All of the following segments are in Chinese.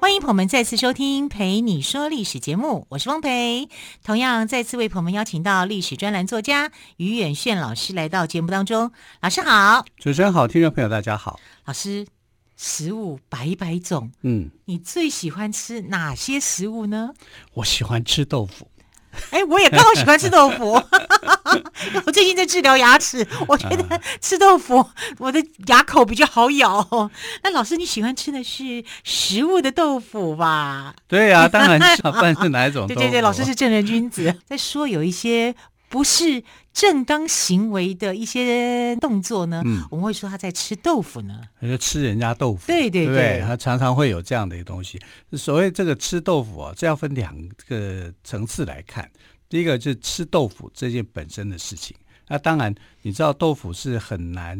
欢迎朋友们再次收听《陪你说历史》节目，我是汪培。同样再次为朋友们邀请到历史专栏作家于远炫老师来到节目当中。老师好，主持人好，听众朋友大家好。老师，食物百百种，嗯，你最喜欢吃哪些食物呢？我喜欢吃豆腐。哎，我也刚好喜欢吃豆腐。 我最近在治疗牙齿，我觉啊得吃豆腐，我的牙口比较好咬。那老师，你喜欢吃的是食物的豆腐吧？对呀、当然是要饭是哪一种豆 对腐？对对，老师是正人君 子。在说有一些不是正当行为的一些动作呢，嗯我们会说他在吃豆腐呢。他就吃人家豆腐。对对对不对他常常会有这样的一个东西。所谓这个吃豆腐啊，这要分两个层次来看。第一个就是吃豆腐这件本身的事情。那当然，你知道豆腐是很难，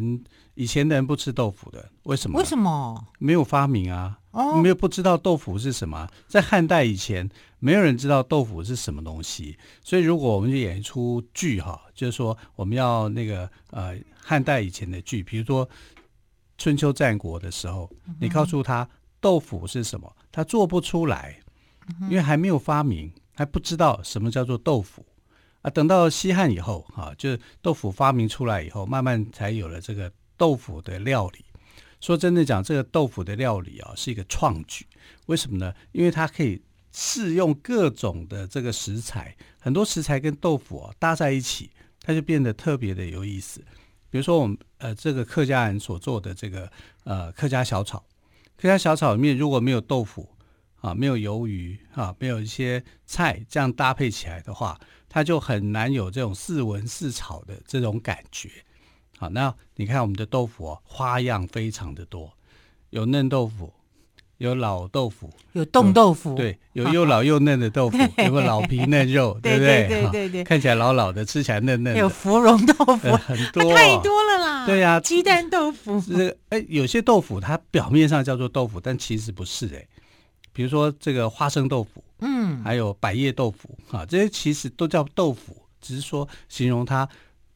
以前的人不吃豆腐的，为什么？为什么？没有发明啊，哦没有不知道豆腐是什么啊。在汉代以前，没有人知道豆腐是什么东西，所以如果我们去演一出剧哈，就是说我们要那个呃汉代以前的剧，比如说春秋战国的时候，你告诉他豆腐是什么，他做不出来，因为还没有发明，还不知道什么叫做豆腐。啊，等到西汉以后，哈、就是豆腐发明出来以后，慢慢才有了这个豆腐的料理。说真的讲，这个豆腐的料理啊，是一个创举。为什么呢？因为它可以适用各种的这个食材，很多食材跟豆腐啊搭在一起，它就变得特别的有意思。比如说我们呃这个客家人所做的这个呃客家小炒，客家小炒里面如果没有豆腐啊，没有鱿鱼啊，没有一些菜这样搭配起来的话，它就很难有这种似文似炒的这种感觉。好，那你看我们的豆腐哦，花样非常的多，有嫩豆腐，有老豆腐，有冻豆腐？嗯对，有又老又嫩的 豆腐，有个老皮嫩肉，对不对对哈对对看起来老老的，吃起来嫩嫩有的，芙蓉豆腐，呃 很那嗯多太哦多了啦。对呀鸡蛋豆腐。这个哎，有些豆腐它表面上叫做豆腐，但其实不是哎。比如说这个花生豆腐，嗯，还有百叶豆腐啊，这些其实都叫豆腐，只是说形容它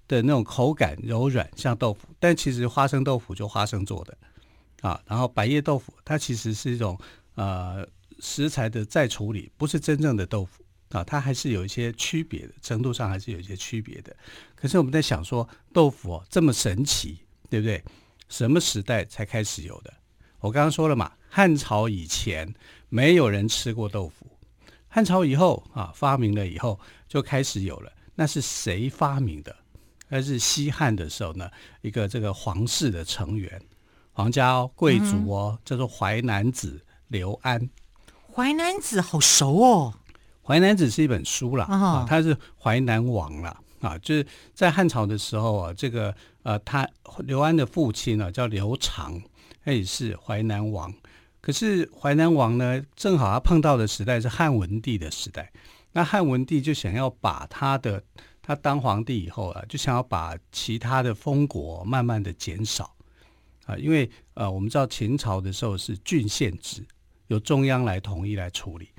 的那种口感柔软，像豆腐。但其实花生豆腐就花生做的啊，然后百叶豆腐它其实是一种呃食材的再处理，不是真正的豆腐啊，它还是有一些区别的，程度上还是有一些区别的。可是我们在想说，豆腐哦这么神奇，对不对？什么时代才开始有的？我刚刚说了嘛，汉朝以前没有人吃过豆腐，汉朝以后啊，发明了以后就开始有了。那是谁发明的？那是西汉的时候呢，一个这个皇室的成员，皇家哦、贵族哦，叫做淮南子刘安。淮南子好熟哦。淮南子是一本书啦，哦啊，他是淮南王啦，啊，就是在汉朝的时候啊，这个呃，他刘安的父亲呢、叫刘长，他也是淮南王。可是淮南王呢，正好他碰到的时代是汉文帝的时代，那汉文帝就想要把他的他当皇帝以后啊，就想要把其他的封国慢慢的减少啊，因为呃，我们知道秦朝的时候是郡县制，由中央来统一来处理。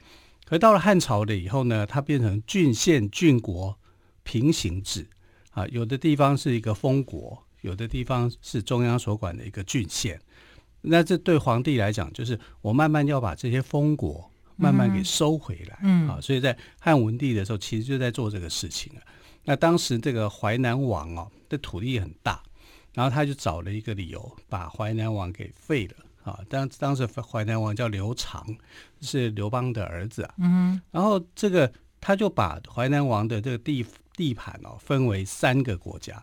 可到了汉朝了以后呢，它变成郡县郡国平行制啊，有的地方是一个封国，有的地方是中央所管的一个郡县。那这对皇帝来讲，就是我慢慢要把这些封国慢慢给收回来、嗯啊。所以在汉文帝的时候，其实就在做这个事情了。那当时这个淮南王哦，这土地很大，然后他就找了一个理由，把淮南王给废了啊。当当时淮南王叫刘长，是刘邦的儿子啊。嗯，然后这个他就把淮南王的这个地地盘哦分为三个国家，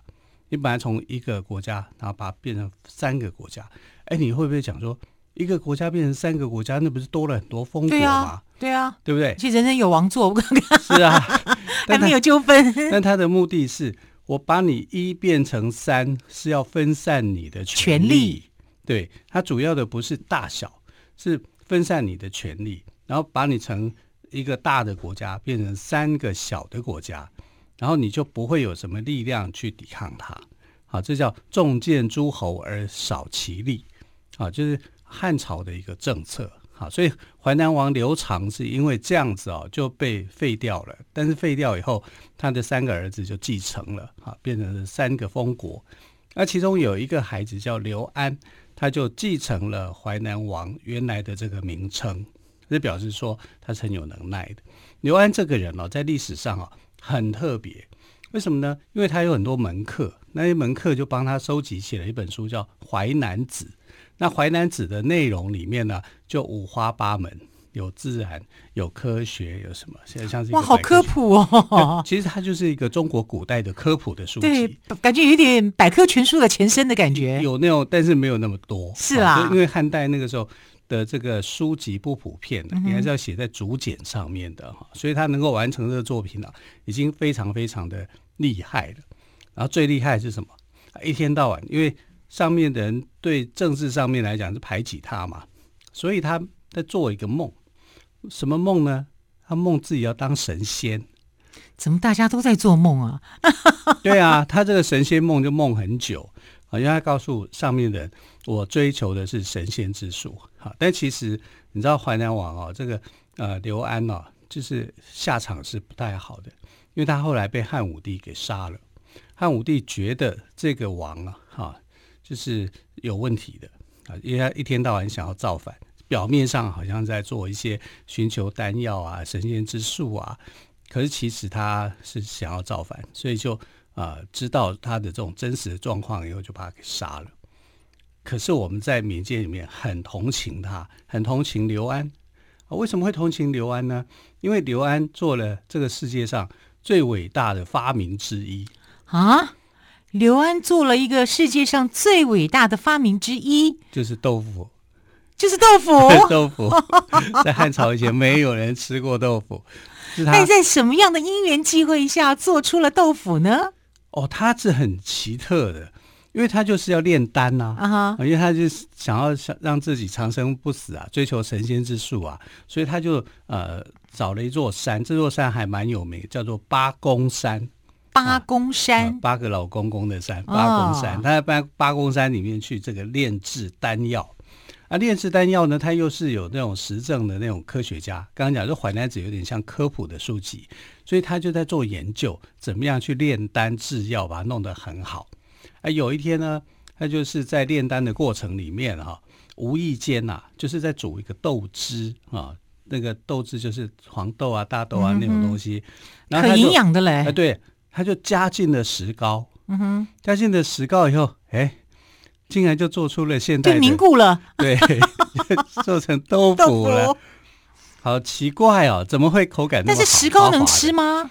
你本来从一个国家，然后把它变成三个国家，哎，你会不会讲说一个国家变成三个国家，那不是多了很多封国对吗啊？，对啊。对不对 而？且人人有王座，我刚刚是啊，还但他没有纠纷。但他的目的是我把你一变成三，是要分散你的权权利对，它主要的不是大小，是分散你的权利，然后把你从一个大的国家变成三个小的国家。然后你就不会有什么力量去抵抗它。啊，这叫重见诸侯而少其力，啊，就是汉朝的一个政策。好，所以淮南王刘长是因为这样子哦就被废掉了，但是废掉以后，他的三个儿子就继承了，啊，变成了三个封国。那其中有一个孩子叫刘安，他就继承了淮南王原来的这个名称，这表示说他是很有能耐的。刘安这个人哦，在历史上哦很特别，为什么呢？因为他有很多门客，那些门客就帮他收集写了一本书，叫《淮南子》。那《淮南子》的内容里面呢，就五花八门，有自然，有科学，有什么？现在像是一个哇，好百科科全普 哦，其实它就是一个中国古代的科普的书籍。对，感觉有点百科全书的前身的感觉。有那种，但是没有那么多。是啦啊就因为汉代那个时候的这个书籍不普遍的，你还是要写在竹简上面的哈，所以他能够完成这个作品呢、已经非常非常的厉害了。然后最厉害的是什么？啊一天到晚，因为上面的人对政治上面来讲是排挤他嘛，所以他在做一个梦，什么梦呢？他梦自己要当神仙。怎么大家都在做梦啊？对啊，他这个神仙梦就梦很久啊，因为他告诉上面的人，我追求的是神仙之术啊。但其实你知道淮南王哦，这个呃刘安哦，就是下场是不太好的，因为他后来被汉武帝给杀了。汉武帝觉得这个王啊，哈、就是有问题的啊，因为他一天到晚想要造反，表面上好像在做一些寻求丹药啊、神仙之术啊，可是其实他是想要造反，所以就啊、呃知道他的这种真实的状况以后，就把他给杀了。可是我们在民间里面很同情他，很同情刘安。啊为什么会同情刘安呢？因为刘安做了这个世界上最伟大的发明之一，啊，刘安做了一个世界上最伟大的发明之一，就是豆腐。就是豆 腐。豆腐在汉朝以前没有人吃过豆腐，是那他你在什么样的因缘机会下做出了豆腐呢？哦，他是很奇特的，因为他就是要炼丹呐、啊哈，呃因为他就是想要想让自己长生不死啊，追求神仙之术啊，所以他就呃找了一座山，这座山还蛮有名，叫做八公山，八公呃山八个老公公的山，八公山。哦他在八八公山里面去这个炼制丹药，啊，炼制丹药呢，它又是有那种实证的那种科学家，刚刚讲这淮南子有点像科普的书籍，所以他就在做研究，怎么样去炼丹制药，把它弄得很好。啊，有一天呢，他就是在炼丹的过程里面哈、无意间呐、就是在煮一个豆汁啊，那个豆汁就是黄豆啊、大豆啊那种东西，然嗯后可他就营养的哎，嘞。对，他就加进了石膏，嗯哼，加进了石膏以后，哎，竟然就做出了现代对，的凝固了对， 做成豆豆腐了，腐，好奇怪哦，怎么会口感那但么是好石膏能？滑吃吗？滑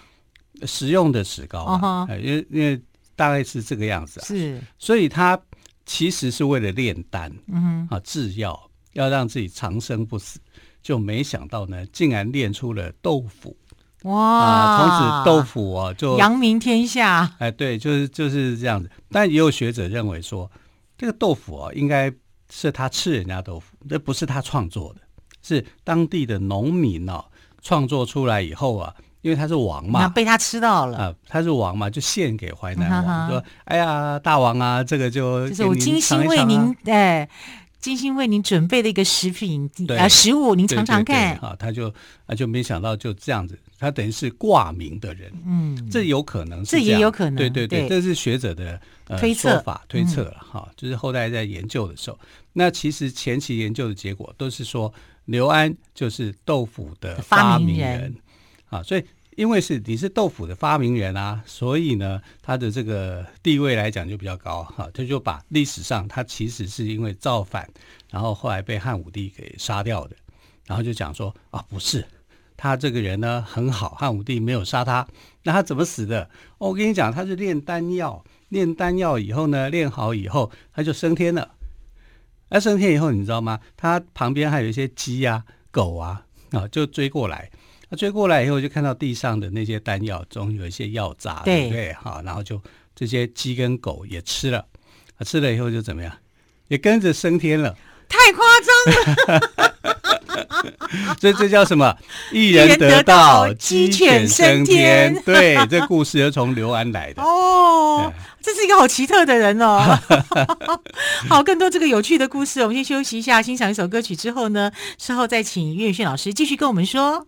的食用的石膏、哦哈啊，哎因为因为大概是这个样子啊，是，所以它其实是为了炼丹嗯哼，啊，制药，要让自己长生不死。就没想到呢，竟然炼出了豆腐啊！哇，从此豆腐啊，就扬名天下。哎，对，就是就是这样子。但也有学者认为说，这个豆腐哦，应该是他吃人家豆腐，这不是他创作的，是当地的农民哦创作出来以后啊，因为他是王那嘛。被他吃到了，啊、他是王嘛，就献给淮南嗯王，哈哈说：“哎呀，大王啊，这个就就是我给您精心尝一为尝啊您，哎，精心为您准备的一个食品对啊食物，您对尝尝对对看。啊。”他就啊，就没想到就这样子，他等于是挂名的人，嗯，这有可能是这也样有可能对对对，对这是学者的、呃、推测嗯说法推测了哈、就是后代在研究的时候，那其实前期研究的结果都是说刘安就是豆腐的发发明明人人啊，所以因为是你是豆腐的发明人啊，所以呢，他的这个地位来讲就比较高哈、他就把历史上他其实是因为造反，然后后来被汉武帝给杀掉的，然后就讲说啊，不是。他这个人呢很好，汉武帝没有杀他，那他怎么死的？哦，我跟你讲，他是炼丹药，炼丹药以后呢，炼好以后他就升天了。那升天以后，你知道吗？他旁边还有一些鸡啊、狗啊啊，就追过来。他追过来以后，就看到地上的那些丹药中有一些药渣，对对不对？哈，然后就这些鸡跟狗也吃了，啊吃了以后就怎么样？也跟着升天了。太夸张了，所以这叫什 么？一人人得得道道，鸡鸡犬犬升升天天。对，这故事就从刘安来的。哦对，这是一个好奇特的人哦。 好，更多这个有趣的故事，我们先休息一下，欣赏一首歌曲之后呢，稍后再请岳宇轩老师继续跟我们说。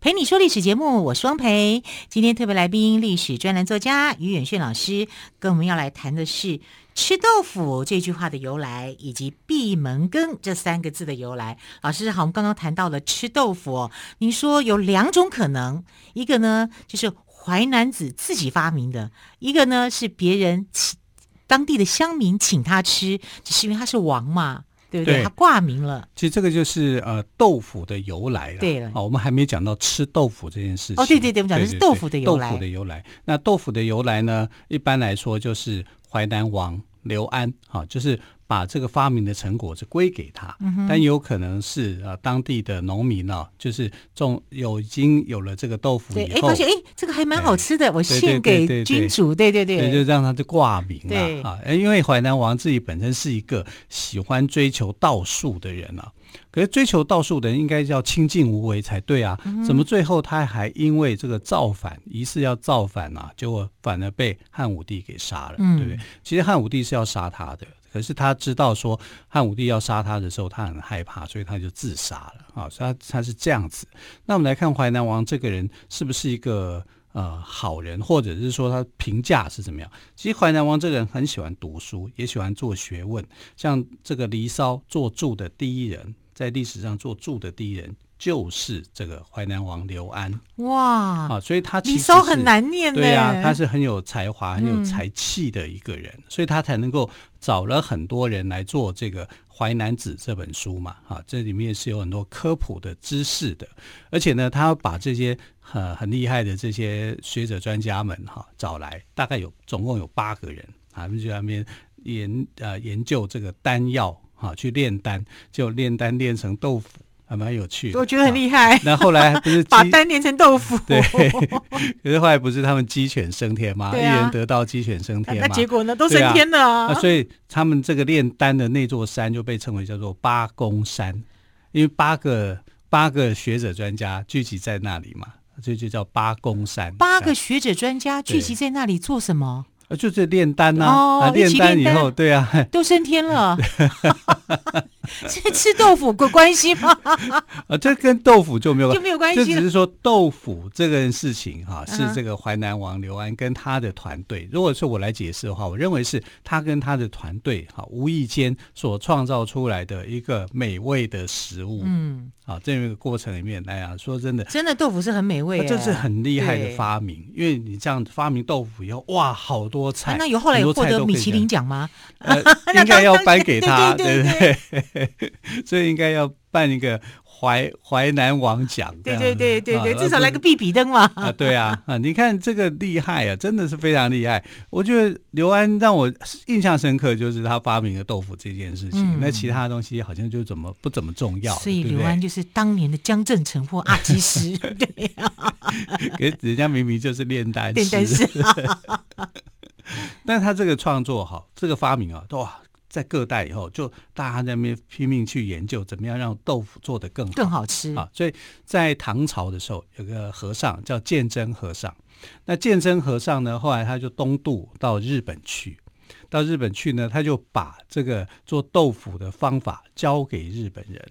陪你说历史节目，我是汪培。今天特别来宾，历史专栏作家于远炫老师跟我们要来谈的是“吃豆腐”这句话的由来，以及“闭门羹”这三个字的由来。老师好，我们刚刚谈到了吃豆腐哦，您说有两种可能，一个呢就是淮南子自己发明的，一个呢是别人请当地的乡民请他吃，只是因为他是王嘛，对不对？对他挂名了。 其实这个就是呃豆腐的由来了。对了啊，我们还没讲到吃豆腐这件事情。哦对对对我们讲的是豆腐的由来豆腐的由来。那豆腐的由来呢，一般来说就是淮南王刘安啊，就是把这个发明的成果是归给他，嗯但有可能是呃当地的农民啊，就是种有已经有了这个豆腐对，以哎，后发。现哎，这个还蛮好吃的，我对献对对给对君对主，对对对，就让他的挂名对啊啊！哎因为淮南王自己本身是一个喜欢追求道术的人啊，可是追求道术的人应该叫清净无为才对啊，嗯怎么最后他还因为这个造反，疑似要造反啊，结果反而被汉武帝给杀了，嗯对不对？其实汉武帝是要杀他的，可是他知道说汉武帝要杀他的时候，他很害怕，所以他就自杀了啊。所以他他是这样子。那我们来看淮南王这个人是不是一个呃好人，或者是说他评价是怎么样？其实淮南王这个人很喜欢读书，也喜欢做学问，像这个《离骚》做注的第一人，在历史上做注的第一人就是这个淮南王刘安哇，啊，所以他其离实骚很是难念呢。对呀、他是很有才华、很嗯有才气的一个人，所以他才能够找了很多人来做这个《淮南子》这本书嘛。啊，这里面是有很多科普的知识的，而且呢，他要把这些呃很厉害的这些学者专家们哈、找来，大概有总共有八个人，啊他们就在那边研呃研究这个丹药啊，去炼丹，就炼丹炼成豆腐，还蛮有趣的。我觉得很害。厉害，那后来不是 把鸡丹炼成豆腐。 对，可是后来不是他们鸡犬升天吗？对一啊人得道，鸡犬升那天嘛。那结果呢？都对升啊天了啊啊，所以他们这个炼丹的那座山就被称为叫做八公山，因为八个八个学者专家聚集在那里嘛，所以就叫八公山。八这个样学者专家聚对集在那里做什么？啊就是炼丹呐、啊，哦啊，一炼起丹以炼丹后，对啊，都升天了， 这吃豆腐有关系吗？啊，这跟豆腐就没有就没有关系这了只是说豆腐这件事情哈、嗯哼是这个淮南王刘安跟他的团队。如果是我来解释的话，我认为是他跟他的团队哈、无意间所创造出来的一个美味的食物。 嗯，啊，这样一个过程里面来啊，说真的。真的豆腐是很美味那耶，这是很厉害的啊对发明，因为你这样发明豆腐以后，哇，好多菜，啊那有后来有很多获菜得都米可以其这样林奖吗？呃，那应该要当颁当给对他，对对对不对？ 所以应该要办一个淮淮南王奖这对样对子，对对对，啊至少来个比比登嘛。啊，对啊，啊，你看这个厉害啊，真的是非常厉害。我觉得刘安让我印象深刻，就是他发明了豆腐这件事情，嗯那其他东西好像就怎么不怎么重要，所以对刘不对安就是当年的江正成或阿 基师，对， 给人家明明就是炼丹炼丹师，师。但他这个创作哈，这个发明啊，哇，在各代以后就大家在那边拼命去研究，怎么样让豆腐做得更好。更好吃啊，所以在唐朝的时候，有个和尚叫鉴真和尚。那鉴真和尚呢，后来他就东渡到日本去，到日本去呢，他就把这个做豆腐的方法教给日本人。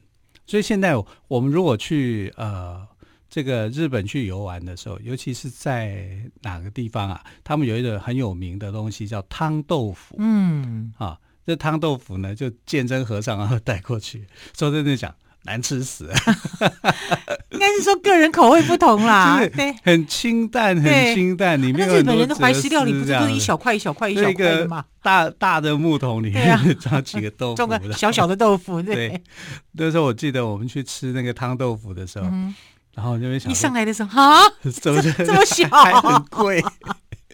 所以现在我们如果去呃这个日本去游玩的时候，尤其是在哪个地方啊，他们有一个很有名的东西叫汤豆腐嗯，啊。这汤豆腐呢，就鉴真和尚然后 带过去，说真的讲难吃死了，应该是说个人口味不同啦， 就是对。很清淡，对很清淡，里那面有日很多本人的怀石石料理不是这都样是一子小块一小块一小那块的个吗？大大的木桶里对啊面 装几个 豆腐，种个然后小小的豆腐，对对。。那时候我记得我们去吃那个汤豆腐的时候，嗯，然后那边想一上说来的时候，哈， 怎么这么小 还很 贵，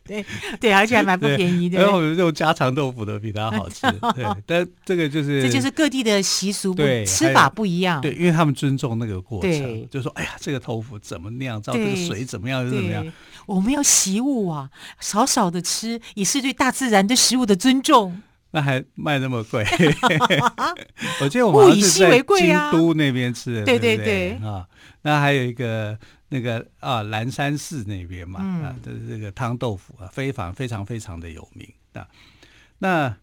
对对，呃而且还蛮不对便宜然后的。我们这种家常豆腐的比它 好吃，对。但这个就是这就是各地的习俗不对吃还法有不一样。对，因为他们尊重那个过对程，就说哎呀，这个豆腐怎么酿造，这个对水怎么样，又怎么样对，，我们要习物啊，少少的吃也是对大自然对食物的尊重。那还卖那么 贵。我记得我物们好以像稀是在为贵京啊都那边吃的，对对对不对啊。那还有一个那个啊，蓝山寺那边嘛，嗯啊，这这个汤豆腐啊，非常非常非常的有名啊。那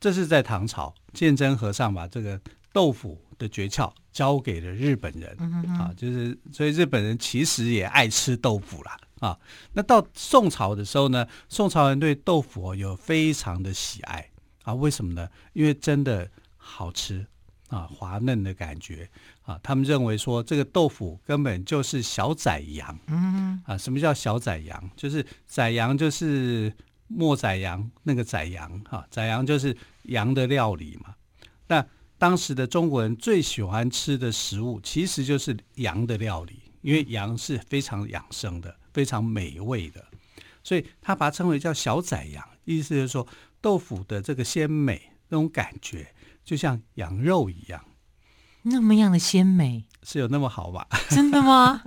这是在唐朝，鉴真和尚把这个豆腐的诀窍交给了日本人、嗯哼哼啊，就是所以日本人其实也爱吃豆腐啦啊。那到宋朝的时候呢，宋朝人对豆腐、哦、有非常的喜爱啊，为什么呢？因为真的好吃啊，滑嫩的感觉啊，他们认为说这个豆腐根本就是小宰羊。嗯，啊，什么叫小宰羊？就是宰羊就是莫宰羊那个宰羊哈、啊，宰羊就是羊的料理嘛。那当时的中国人最喜欢吃的食物其实就是羊的料理，因为羊是非常养生的，非常美味的，所以他把它称为叫小宰羊，意思就是说豆腐的这个鲜美那种感觉，就像羊肉一样，那么样的鲜美， 是有那么好吧？真的吗？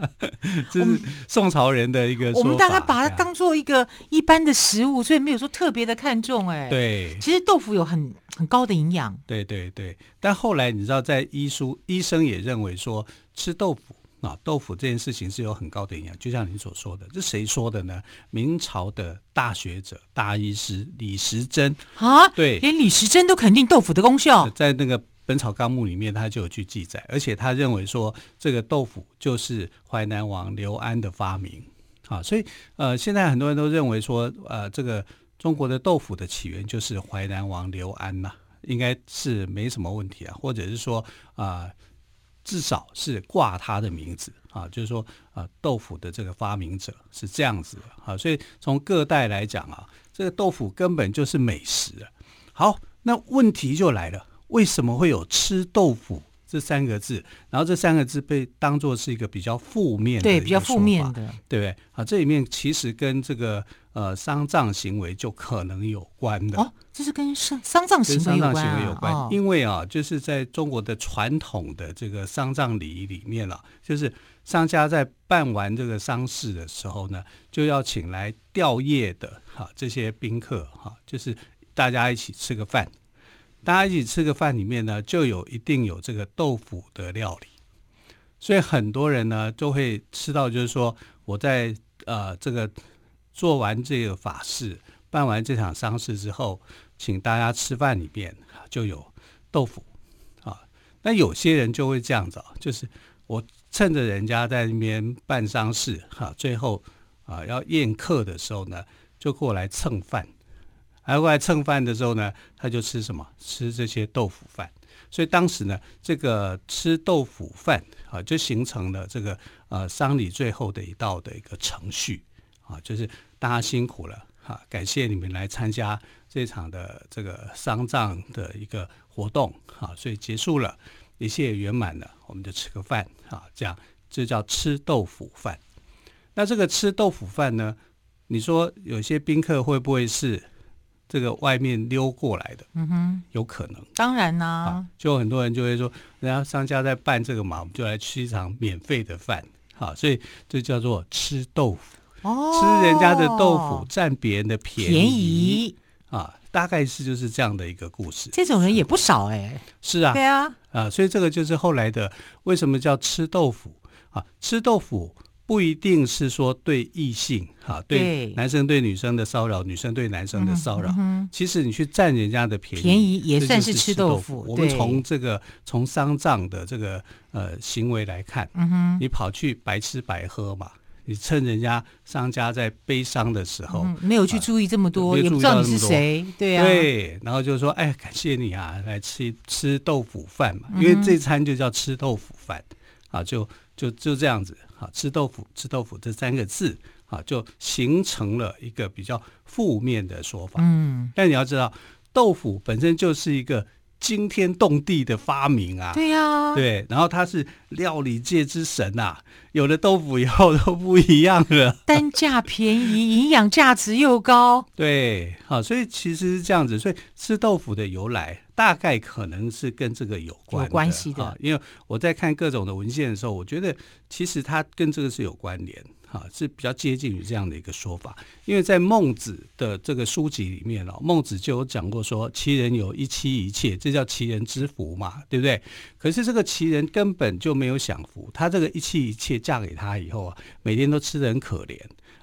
这是宋朝人的一个说法。啊我们大概把它这样当做一个一般的食物，所以没有说特别的看重。哎，，对。其实豆腐有很很高的营养。对对对，但后来你知道，在医书医生也认为说吃豆腐啊，豆腐这件事情是有很高的营养，就像你所说的，这谁说的呢？明朝的大学者、大医师李时珍，啊，对连李时珍都肯定豆腐的功哦效。在那个《本草纲目》里面他就有去记载，而且他认为说这个豆腐就是淮南王刘安的发明啊，所以呃，现在很多人都认为说，呃，这个中国的豆腐的起源就是淮南王刘安呐、应该是没什么问题啊，或者是说啊、至少是挂他的名字啊，就是说啊、豆腐的这个发明者是这样子的啊，所以从各代来讲啊，这个豆腐根本就是美食啊。好，那问题就来了，为什么会有吃豆腐这三个字？然后这三个字被当做是一个比较负面的对，一个比较说负法面的，对不对？啊，这里面其实跟这个呃丧葬行为就可能有关的，哦，这是跟丧丧葬跟行为丧有葬关行啊，为有关。哦因为啊，就是在中国的传统的这个丧葬礼仪里面啊，就是商家在办完这个丧事的时候呢，就要请来吊唁的哈、这些宾客哈、就是大家一起吃个饭。大家一起吃个饭里面呢，就有一定有这个豆腐的料理，所以很多人呢就会吃到，就是说我在呃这个做完这个法事、办完这场丧事之后，请大家吃饭里面啊就有豆腐啊。那有些人就会这样子、啊，就是我趁着人家在那边办丧事哈、最后啊要宴客的时候呢，就过来蹭饭。还过来蹭饭的时候呢，他就吃什么？吃这些豆腐饭。所以当时呢，这个吃豆腐饭啊，就形成了这个呃丧礼最后的一道的一个程序啊，就是大家辛苦了哈、感谢你们来参加这场的这个丧葬的一个活动啊，所以结束了，一切也圆满了，我们就吃个饭啊，这样这叫吃豆腐饭。那这个吃豆腐饭呢，你说有些宾客会不会是这个外面溜过来的？嗯哼，有可能。当然啦、啊，就很多人就会说，人家商家在办这个嘛，我们就来吃一场免费的饭，好，所以这叫做吃豆腐，哦，吃人家的豆哦腐，占别人的便宜便宜，啊，大概是就是这样的一个故事。这种人也不少哎、是啊，对啊，啊，所以这个就是后来的为什么叫吃豆腐啊？吃豆腐不一定是说对异性哈、对对男生对女生的骚扰，女生对男生的骚扰。嗯其实你去占人家的便宜，便宜也这算就是吃吃豆豆腐我们对从这个从丧葬的这个呃行为来看，嗯哼，你跑去白吃白喝嘛，你趁人家商家在悲伤的时候，嗯没有去注意这么多，哦啊没有也不注意知道到你是那么多谁，对啊，对，然后就说哎，感谢你啊，来吃吃豆腐饭嘛，嗯因为这餐就叫吃豆腐饭啊，就就就这样子啊，吃豆腐吃豆腐这三个字啊，就形成了一个比较负面的说法。嗯，但你要知道，豆腐本身就是一个惊天动地的发明啊。对呀，对，然后它是料理界之神呐、有了豆腐以后都不一样了。单价便宜， 营养价值又高，对，好，所以其实是这样子，所以吃豆腐的由来大概可能是跟这个有关有关系的啊因为我在看各种的文献的时候，我觉得其实它跟这个是有关联，哈、是比较接近于这样的一个说法。因为在孟子的这个书籍里面哦，孟子就有讲过说，其人有一妻一妾，这叫其人之福嘛，对不对？可是这个奇人根本就没有享福，他这个一妻一妾嫁给他以后啊，每天都吃的很可怜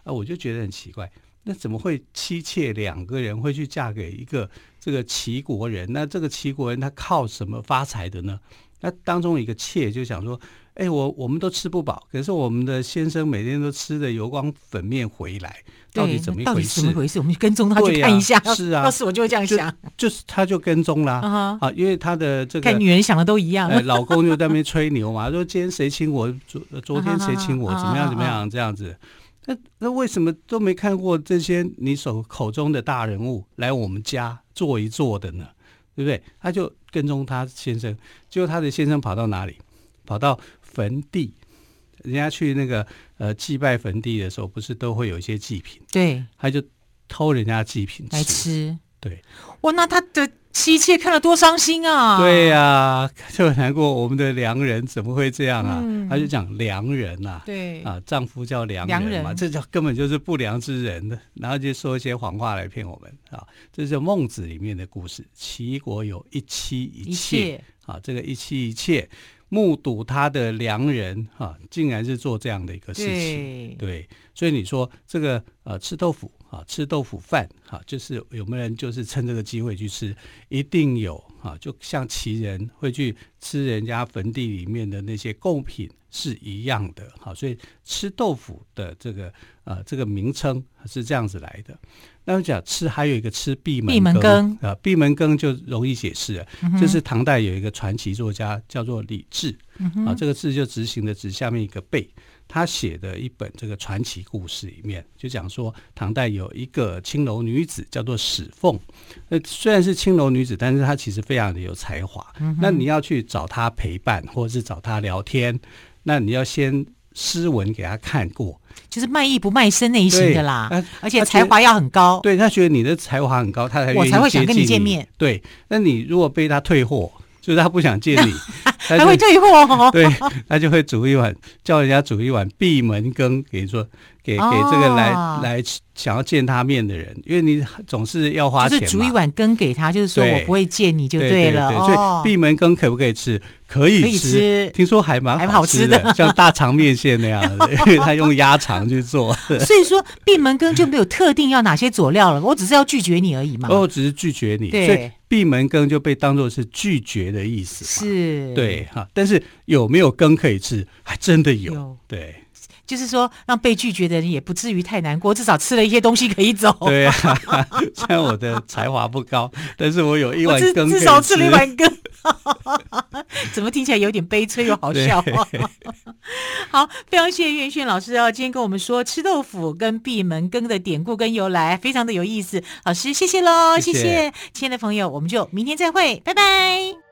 啊，我就觉得很奇怪，那怎么会妻妾两个人会去嫁给一个这个齐国人？那这个齐国人他靠什么发财的呢？那当中一个妾就想说，哎，我我们都吃不饱，可是我们的先生每天都吃的油光粉面回来，到底对，怎么一到回底是怎么事？回事？我们去跟踪他去对看呀一下，是 啊要是我就会这样就想，就是他就跟踪啦、啊哈，啊，因为他的这个看女人想的都一样，哎，老公就在那边吹牛嘛， 说今天谁亲我，昨呃昨天谁亲我，啊啊啊怎么样怎么样这样子。那那为什么都没看过这些你所口中的大人物来我们家坐一坐的呢？对不对？他就跟踪他先生，结果他的先生跑到哪里？跑到坟地。人家去那个呃祭拜坟地的时候，不是都会有一些祭品，对，他就偷人家祭品来吃。吃，对，哇，那他的妻妾看了多伤心啊，对呀、 就很难过。我们的良人怎么会这样啊？嗯他就讲良人呐、对啊，丈夫叫良良人嘛，人这叫根本就是不良之人的，然后就说一些谎话来骗我们啊。这是孟子里面的故事，齐国有一妻一一妾切，啊，这个一妻一妾目睹他的良人哈、啊，竟然是做这样的一个事对，情。对，所以你说这个呃吃豆腐啊，吃豆腐饭啊，就是有没有人就是趁这个机会去吃？一定有啊，就像齐人会去吃人家坟地里面的那些贡品是一样的哈、所以吃豆腐的这个呃这个名称是这样子来的。那我讲吃还有一个吃闭门闭门羹啊，闭门羹就容易解释了，嗯哼这是唐代有一个传奇作家叫做李治，嗯哼啊，这个字就执行的执下面一个贝，他写的一本这个传奇故事里面，就讲说唐代有一个青楼女子叫做史凤，呃，虽然是青楼女子，但是她其实非常的有才华。嗯那你要去找她陪伴，或者是找她聊天，那你要先诗文给她看过，就是卖艺不卖身那一型对的啦，啊而且他才觉得华要很高，对他觉得你的才华很高，他才哦我愿意才会想跟你接近见面。对，那你如果被他退货，就是他不想见 你，他还就会退货哦， 对，他就会煮一碗，叫人家煮一碗闭门羹给说给给这个来、哦来想要见他面的人，因为你总是要花就钱是嘛。煮一碗羹给他，就是说我对不会见你就对了对哦所以。闭门羹可不可以吃？可以可以吃听说还蛮还蛮好好吃吃的，像大肠面线那样 的，因为他用鸭肠去做。 所以说闭门羹就没有特定要哪些佐料了，我只是要拒绝你而已嘛。哦，只是拒绝你，对所以闭门羹就被当做是拒绝的意思嘛。是，，对哈，但是有没有羹可以吃？还真的有。有对就是说让被拒绝的人也不至于太难过，至少吃了一些东西可以走。对啊， 虽然我的才华不高，但是我有 一我碗至羹可以至少吃了一碗羹， 怎么听起来有点悲催又好笑、啊？ 好，非常谢谢袁炫老师哦，今天跟我们说吃豆腐跟闭门羹的典故跟由来，非常的有意思。老师，谢谢喽，谢谢谢，亲爱的朋友，我们就明天再会，拜拜。